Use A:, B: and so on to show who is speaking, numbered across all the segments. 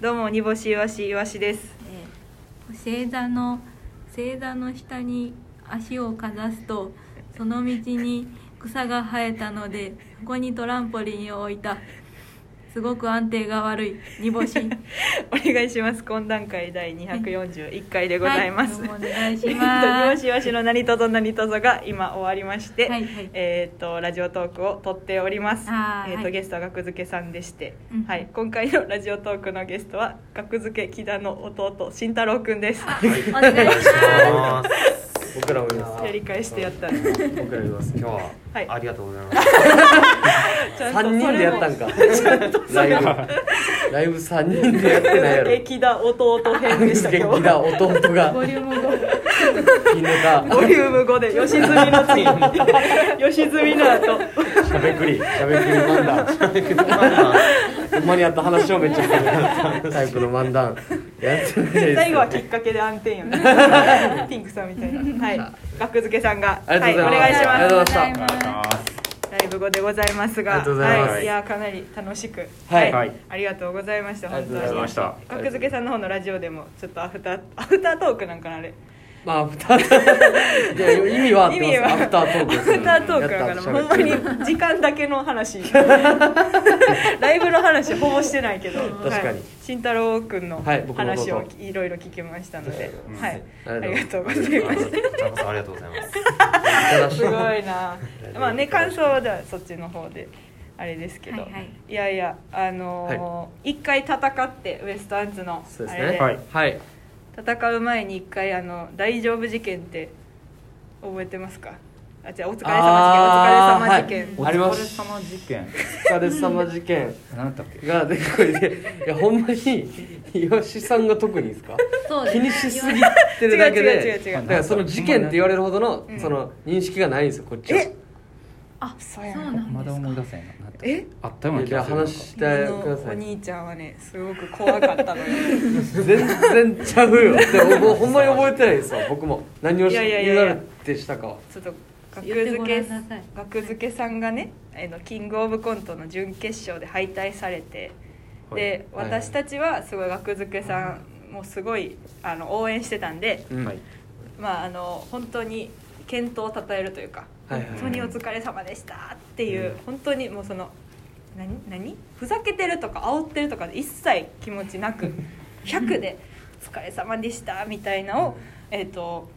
A: どうも煮干しいわしいわしです
B: えー、星座の星座の下に足をかざすとその道に草が生えたのでそこにトランポリンを置いたすごく安定が悪い煮干し
A: お願いします懇談会第241回でございます、
B: はい、どうもお願い
A: え
B: し
A: っ と、
B: ま
A: 漁
B: す
A: 師わしの何とぞ何とぞが今終わりまして、
B: はいはい
A: えっとラジオトークを撮っております。
B: あー
A: えっと、
B: はい
A: ゲストは学付けさんでして、
B: うん
A: はい、今回の ラジオトークのゲストは学付け木田の弟慎太郎くんです。
B: お願いします
C: 僕らもいます。
A: やり返してやった
C: 僕らいます。今日は、
A: はい
C: ありがとうございます。
A: ちゃんとそれ
C: 三
A: も
C: 人でやったんか。ライブ、ライブ三人でやってないやろ。
A: え木田弟編でした今
C: 激
A: 日。
C: だ弟が
B: ボリューム5
C: 犬が
A: ボリューム5で吉住の 次吉住の後
C: しゃべくりしゃべくり漫談 ほんまにあった話をめっちゃしてるタイプの漫談やっ てないです
A: 最後はきっかけで暗転よね ピンクさんみたいなはい学付けさんが
C: ありがとうございます
A: はい、お願いします
C: ありがとうござい
B: ま
A: ライブ後でございますが、
C: ありがとうございます
A: い、いやかなり楽しく、
C: はい
D: はい
A: ありがとうございました。
C: あり
A: 本当に
C: がとうございました
A: 格付けさんの方のラジオでもちょっとアフターアフタートークなんかなあれ。
C: まあアフタ ーいや意味は合っ
A: 意
C: て
A: 味
C: ま
A: は
C: すアフタートーク
A: ア
C: です
A: フタートークだからほ
C: やっ
A: ん
C: た
A: ま
C: 喋
A: に
C: ってる
A: 時間だけの話。 ライブの話ほぼしてないけど、
C: 確かに
A: はい慎太郎くんの
C: はい僕の弟
A: 話をいろいろ聞けましたので、は
D: はいい、
A: ありがとうございまし
D: こちらこそありがとうございます。
A: た。すごい な。まあね感想はではそっちの方であれですけど。
B: はいはい
A: いやいやあのー一、回戦ってウエストアンツの
C: そうで
A: あ
C: す
A: れで
C: ねはいはい
A: 戦う前に一回あの大丈夫事件って覚えてますかあ違うお疲れ様事件
C: あ
A: お
C: ー
A: 疲れ様事件、
C: はいありま
D: お疲
C: す
D: れ様事件。
C: お疲れ様事件
D: 何だったっけ。
C: がでこれでいやほんまに吉さんが特にですか
B: そうです
C: 気にしすぎてるだけ
A: 違う違う
C: で
A: 違う違う
C: だからその事件って言われるほどの
A: うん
C: その認識がないんですよこっちは
A: え
B: あ
A: そうやん
B: そうなん
D: ま
B: で
D: だ
B: す
D: 思い出せんな。何だったっけ
A: え
D: あったような気
C: じゃ
D: が
C: あ
D: する。なんか
C: 話してくだ
A: のお
C: さい
A: 兄ちゃんはねすごく怖かったの よ
C: 全然ちゃうよでもほんまに覚えてないですよ僕も何をし
A: いやいやいや
C: 言われてしたかは
A: ちょっと学
B: 言って
A: 付
B: ごら
A: け
B: んなさい
A: 学付けさんがねあのキングオブコントの準決勝で敗退されて、で
C: はい
A: 私たちはすごい学付けさんもすごいあの応援してたんで、
C: うん
D: はい。
A: まああの本当に健闘をたたえるというか
C: はいはい
A: 本当にお疲れ様でしたっていう、
C: うん
A: 本当にもうその何何ふざけてるとか煽ってるとかで一切気持ちなく 100で「お疲れ様でした」みたいなを、
C: うん
A: えー、と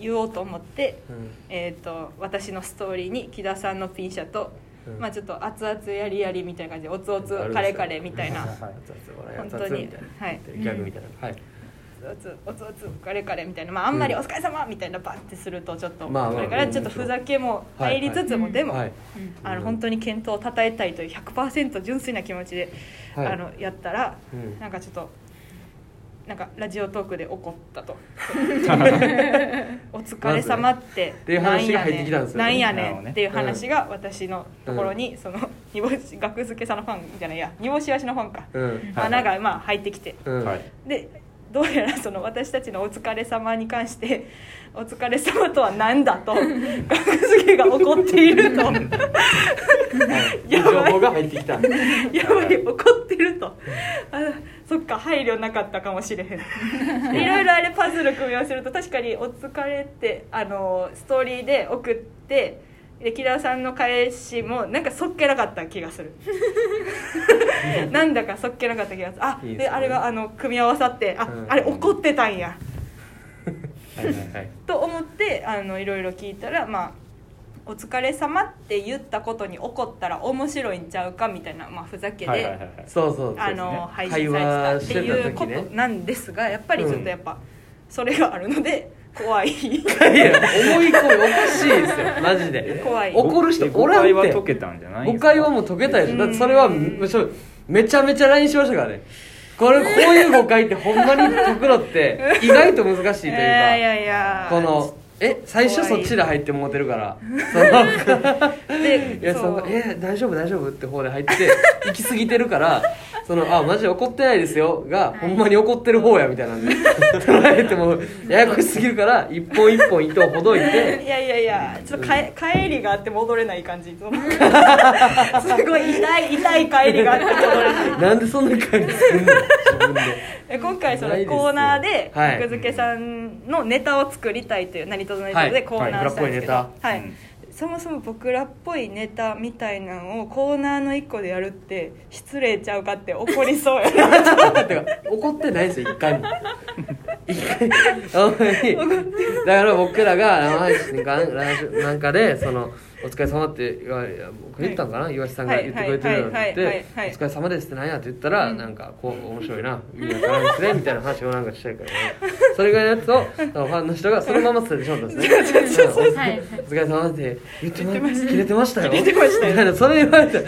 A: 言おうと思って、
C: うん
A: えー、と私のストーリーに木田さんのピンシャと、
C: うん
A: まあ、ちょっと熱々やりやりみたいな感じでおつおつ
C: あるんですよ
A: カレカレみたいな。
C: はい
A: 本当に
C: 雑々みたいな
A: はい
C: ギャグみたいなはい
A: おつおつおつカレカレみたいな、まあ、あんまり「お疲れ様みたいなバンってするとちょっと、
C: まあまあ
A: それからちょっとふざけも入りつつも、
B: はいはい
A: でも、
C: はい
A: あの本当に健闘をたたえたいという100%純粋な気持ちで、
C: はい
A: あのやったら、
C: うん
A: なんかちょっとなんかラジオトークで怒った と「お疲れ様って
C: っていう話が入ってきたんですよね
A: なんや
D: な
A: ね
D: るほど
A: ん」
D: ね
A: っていう話が私のところに、その煮干し学付けさんのファンじゃないや煮干しわしのファンか、
C: うん
A: まあ穴がまあ入ってきて、
C: うん
D: はい。
A: でどうやらその私たちの「お疲れ様に関して「お疲れ様とは何だと学付けが怒っていると。
C: はい
A: やばい
C: 情報が入ってき た
A: やばい怒ってるとあそっか配慮なかったかもしれへん いろいろあれパズル組み合わせると確かに「お疲れ」ってあのストーリーで送ってで木田さんの返しもなんかそっけなかった気がするなんだかそっけなかった気がするあ
C: いいですね
A: であれがあの組み合わさってあ、
C: うん
A: あれ怒ってたんや
D: はいはいはい。
A: と思ってあのいろいろ聞いたらまあお疲れ様って言ったことに怒ったら面白いんちゃうかみたいな、まあ、ふざけで、
D: はいはいはいはい。
C: そうそうそう
A: あの
C: そ
A: 配
C: うですね
A: 信されてたっていうこ
C: 会話してた時
A: と
C: ね
A: なんですがやっぱりちょっとやっぱそれがあるので怖い
C: いや重い声おかしいですよマジで
A: 怖い
C: 怒る人おらん
D: 誤解は
C: っ
D: 解
C: て
D: けたんじゃない。
C: 誤解はもう解けたでし
A: う
C: ょ
A: ん
C: だってそれはむしろめちゃめちゃ LINE しましたからねこれこういう誤解ってほんまに解くのって意外と難しいと
A: い
C: い
A: やい
C: うか
A: やいや
C: このえ最初そっちで入ってもうてるからその
A: で
C: いやそ
A: そ
C: の
A: う
C: え大丈夫大丈夫って方で入って行き過ぎてるからそのあマジで怒ってないですよが、ほんまに怒ってる方やみたいなんで 捉えてもややこしすぎるから一本一本糸をほどいて
A: いやいやいやちょっとかえ帰りがあって戻れない感 じそのすごい痛い痛い帰りがあって戻れない
C: なんでそんな感じすんの自分で
A: え今回その
C: ないですよ
A: コーナーで
C: はい
A: 格付けさんのネタを作りたいという何とぞ何とぞ
C: は
A: で
C: い
A: コーナーをしたんですけど、
C: はい
A: はいそもそも僕らっぽいネタみたいなのをコーナーの一個でやるって失礼ちゃうかって怒りそうや な
C: てか怒ってないですよ一回も一回あんまりだから僕らが「あなんかなんかでその「お疲れ様って言われ僕言ったんかな、岩井さんが言ってくれてるのに
A: はいはいはいはいはいはい
C: お疲れ様です」ってなんやって言ったら、なんかこう面白いないいやからですねみたいな話をなんかしたいから、それぐらいのやつをそのファンの人がそのまま捨ててしまったんで すね「うんお疲れ
B: はい
C: お疲れ様って言ってま切れてましたよ」
A: 切れてましたよ
C: みいな それ言われた
A: そう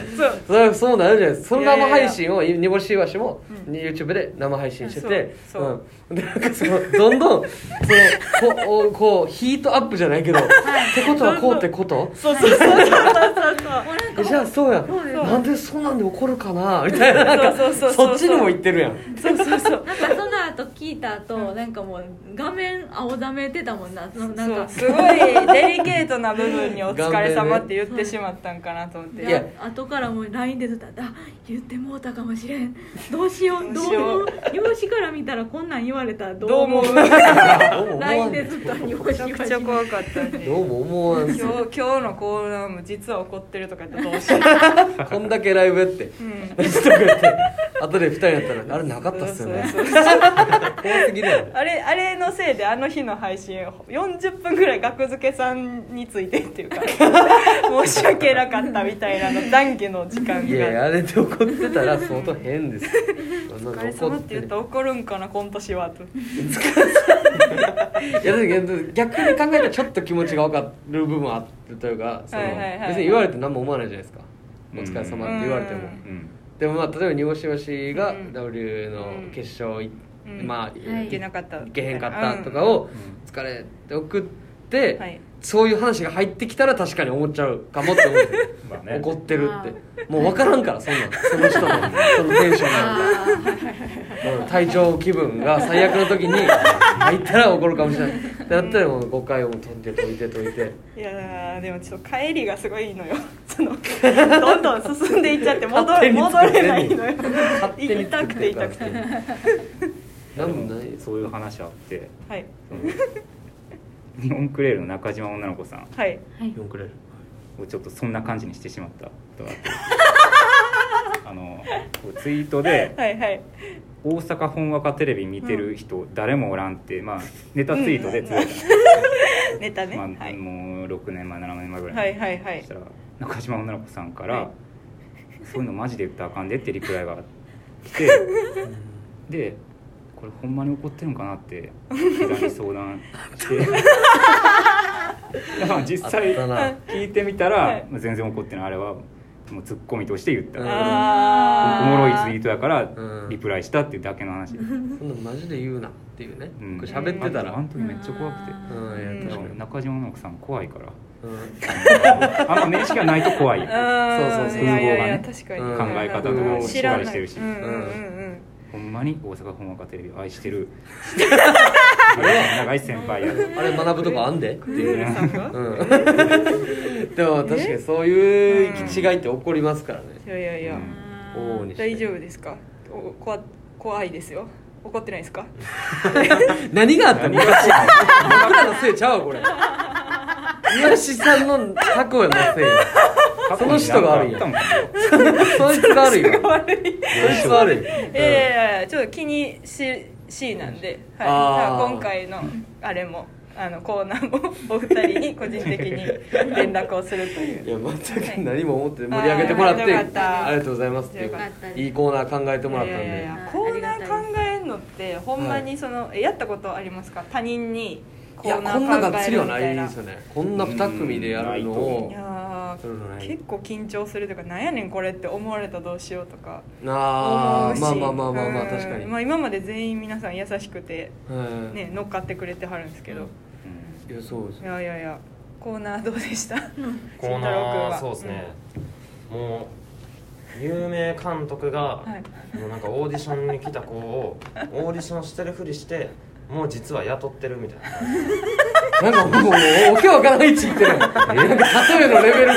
C: それはそうなるじゃないですかその生
A: いやいやい
C: 配
A: や
C: 信を煮干しわしも YouTube で生配信してて
A: そうそう
C: うんでなんかそのどんどんそのこおこうヒートアップじゃないけどってことはこうってこと
A: そうそうそうそうそうそう
B: もうなん
C: え
B: か
C: じゃあそうや
B: そうです
C: なんでそんなんで怒るかなみたいななん
A: そう
C: か
A: そうそうそう
C: そっちにも言ってるやん
A: そうそうそう
B: なんかその後聞いた後なんかもう画面青ざめてたもんなそのなん
A: そう
B: か
A: すごいデリケートな部分に「お疲れ様って言ってしまったんかなと思って
C: いや
B: 後からもう LINE でずっとあ言ってもうたかもしれんどうしよう
A: ど
B: ど
A: う
B: う
A: しよ
B: 思
A: う
B: う容姿から見たらこんなん言われたらどう
A: どう思
B: 思
A: う
B: う
A: め
C: どうも思 わ
B: LINE
C: ん
B: でずっと容
A: ちゃ
B: 姿
A: く
B: から
A: ちゃ怖かったんで
C: どうも思わん
A: 今日今日のコーナーも実は怒ってるとかやってどうしよう、
C: こんだけライブやって
A: うん
C: ラジオとかやって後で二人やったらあれなかったっすよね
A: そうそうそう
C: 怖すぎるやろ
A: あれあれのせいであの日の配信40分ぐらい額付けさんについてっていうか申し訳なかったみたいなの懺悔の時間
C: いやいや
A: が。
C: あれで怒ってたら相当 変ですよそん
A: お
C: な
A: 疲れ
C: の
A: 様
C: 怒
A: って言う
C: る
A: と怒るんかな今年はと
C: いやだけど逆に考えたらちょっと気持ちが分かる部分あるというかその
A: はいはいはい
C: 別に言われて何も思わないじゃないですか「お
D: うん
C: 疲れ様って言われても
A: うん
D: うん
C: でもまあ例えば煮干しわしが
A: うん
C: W の決勝い
A: うん
C: まあ
B: はい
A: いけなかった
C: いけへんかったとかを「疲れ」って送って、
A: はい
C: そういう話が入ってきたら確かに思っちゃうかもって 思って
D: まあね
C: 怒ってるってもう分からんからそんなんその人 のそのテンションなんか
B: あー
C: うん体調気分が最悪の時に入ったら怒るかもしれないってなったらもう誤解を解いて解いて解いて
A: いやーでもちょっと帰りがすごいのよ そのどんどん進んでいっちゃって戻
C: 勝手
A: れ
C: に
A: 戻
C: 作って
A: れ
C: んねん
A: ないのよ
C: 勝手に
A: 痛
C: 作っ
A: く
C: て
A: て
C: るから
A: 痛くて
C: な
D: で
C: んも
D: も
C: ないです
D: そういう話あって
A: はい
D: その日本クレールの中島女の子さん
A: はい
B: はい
C: くれる
D: をちょっとそんな感じにしてしまったことがあってあのこうツイートで
A: はいはい
D: 「大阪本和歌テレビ見てる人誰もおらん」って、まあ、ネタツイートでつぶやいたんです
A: ネタね、
D: まあ
A: はい、
D: もう6年前7年前ぐらい、
A: はいはいはい
D: したら中島女の子さんから、
A: はい
D: そういうのマジで言ったらあかんで」ってリプライが来 てでこれほんまに怒ってるんかなって膝に相談して まあ実際
C: あったな
D: 聞いてみたら、
A: はい
D: まあ全然怒ってないあれはもうツッコミとして言った、
C: うん
D: おもろい
A: あ
D: ツイートやから
C: うん
D: リプライしたっていうだけの話、うん
C: そんなんマジで言うなっていうね
D: うん
C: これ喋ってたら
D: あ
C: うん
D: ん時めっちゃ怖くて
B: あ
C: いや確かに
D: 中島直子さん怖いから
C: う ん
D: あんま面識がないと怖いよ
A: ー
C: そうそうそう
A: いやいやいや
D: 風貌がね
A: 確かに、
C: うん
D: 考え方と
C: かも
A: 知らない
D: しっかりしてるし
A: うんうんうん
D: ほんまに大阪本若テレビを愛し てる長い先輩や
C: あれ学ぶとこあんでって
A: うん
C: いう
A: ルールさんが、
C: うん でも確かにそういう行き違いって起こりますからね
A: いやいやいや、
D: うん
C: 往々にして
A: 大丈夫ですかおこわ怖いですよ怒ってないですか
C: 何があったの
D: 何
C: 昔僕らのせいちゃうわこれ岩しさんの過去のせいやその人があるんや
D: 過去になんかあったもん
C: そいつが悪いわ
A: 悪い
C: そいつが悪い
A: いやいやいやちょっと気にし C なんで、はい、だ
C: あー
A: から今回のあれもあのコーナーもお二人に個人的に連絡をするとい
C: いうや全く何も思ってない盛り上げてもらっ
A: あー
C: て
A: よかった
C: ありがとうございますっていう
A: よ
C: か
A: か
B: ったです
C: いいコーナー考えてもらったん
A: いやい
C: で
A: やいやコーナー考えるのってほんまにその、えやったことありますか他人に
C: い
A: コ
C: や
A: ーナ
C: こ
A: ー
C: んな
A: 考
C: がっ
A: え
C: つり
A: る
C: は
A: み
C: な
A: たい
C: いで
A: な
C: すよねこんな2組でやるの
D: うん
C: を
A: いや
C: そういうのな
A: ー
C: い
A: 結構緊張するとかなんやねんこれって思われたらどうしようとか思う
C: あー
A: し
C: まあまあまあまあまあ
A: うん
C: 確かに
A: まあ、今まで全員皆さん優しくて、
C: うん
A: ね、乗っかってくれてはるんですけど、
C: いやそうです
A: いやいやいやコーナーどうでした
E: コーナーそうですね、もう有名監督が
A: はい
E: もうなんかオーディションに来た子をオーディションしてるふりしてもう実は雇ってるみたい
C: な
E: な
C: んかもう、おけわからない位置行ってる。なんか例えのレベルが、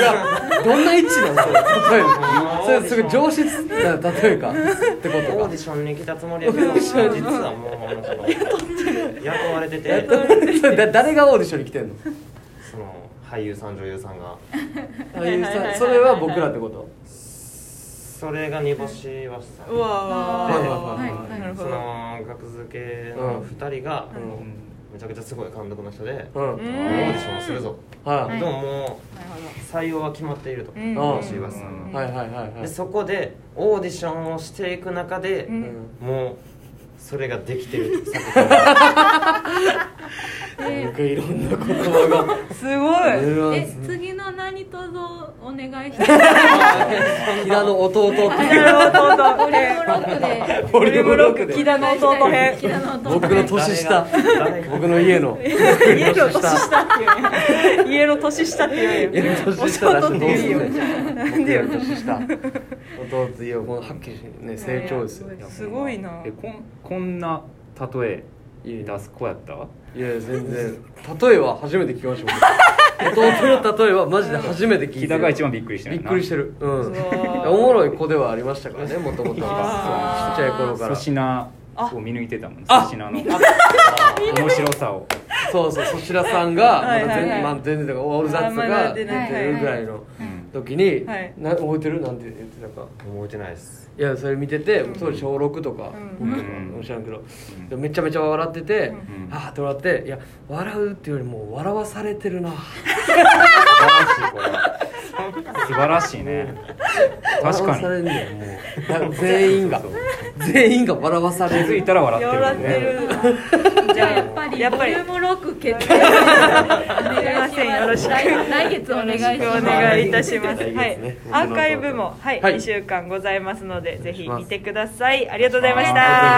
C: どんな位置なのそれ例えば。それすごい上質な例えか。ってこ
E: オ
C: と
E: ー
C: か
E: ディ。ションに来たつもりやけ
C: オー
E: ど
C: ディションに
E: 実はもうなんか雇われてて
C: そ れだ誰がオーディションに来てんの
E: その俳優さん女優さんが
C: ああいうさそれは僕らってこと
E: それが煮干しわしさん
A: うわ
C: はい
A: ー
C: はいはいはい
A: なるほ
E: そ
A: ど
E: の学付けの2人が、
C: うん
E: もうめちゃくちゃすごい監督の人で、
C: うん
A: う
E: オ
A: ん
E: ーディションをするぞ、
C: は
E: でもも
A: なるほど
E: う採用は決まっていると、
A: うん
E: 煮干しわしさ
C: い
E: ん
C: はいはいはいは
E: の
C: い
E: でそこでオーディションをしていく中で、
A: う
C: うん
A: ん
E: もうそれができてる って
C: なんかいろんな言葉
A: すご
C: が
A: い
C: いろい
B: え
C: ろ
B: 次の何とぞお願いして
C: 木田の弟って
A: 木
C: いう
A: 田の弟
B: ボリュームロ
A: 編
B: ックで
C: ボ
A: ボ
C: リ
A: リ
C: ュ
A: ュ
C: ー
A: ー
C: ム
A: ム
C: ロ
A: ロ
C: ック
A: ック
C: で
A: 木田の弟編
B: 木田の弟
C: 僕の年下
E: 誰が
C: 僕の家の
A: 家の年下っていうね家の年下っていうね
C: 家の年下だしどう
A: 弟っ
C: すん
A: て
C: の僕より年下弟いいよもうはっきりね成長ですよ
A: いやすごいな
D: えこんこんな例
C: い
D: え
C: や
D: 出す子やったわ
C: いや全然例えは初めて聞きましたもん弟の例えはマジで初めて聞いて
D: 木田が一番びっくりして
C: びっくりして
D: る
C: るうん
A: うわー
C: おもろい子ではありましたからねもともとちっち
A: あ
C: ゃ
A: ー
C: い頃からそ
D: 粗
C: う
D: 品を見抜いてたもんね粗品の面白さを
C: そうそちらさんがま
A: はい
C: だ
A: はいはい
C: 全まあ全然とかオールザッツ
A: あま
C: が
A: だ出
C: 出て
A: てない
C: るぐらいの
D: うん
C: 時に
A: はい
C: な覚えてるなんて言ってたか
E: 覚えてないです
C: いやそれ見てて当時小6とか
A: うん
D: うん
C: 知らんけど
D: うん
C: でもめちゃめちゃ笑ってて
D: うん
C: ああって笑っていや笑うっていうよりも笑わされてるな
D: 素晴らしいこれは素晴らしいね確
C: 笑わ
D: か
C: さ
D: に
C: れんねんもうだから全員が全員が笑わさ
D: 気
C: れ
D: づい
C: る
D: たら笑ってるも
A: 笑
D: ん
A: って
D: ね
A: る
B: じゃあやっぱり
A: やっ
B: ボ
A: ぱ
B: リ
A: り
B: ュームロック決定お願いし
A: よろ
B: ま
A: し
B: す
A: く
B: 来来月お願いし
A: よろし
B: ます
A: くお願いいたします。
C: 来月ね
A: はい
C: 僕の、弟
A: アーカイブもはい、
C: は
A: 二
C: い
A: 週間ございますので、ぜひ
C: お願いします
A: 見てください。ありがとうございまし
D: ありがとうございました
A: た。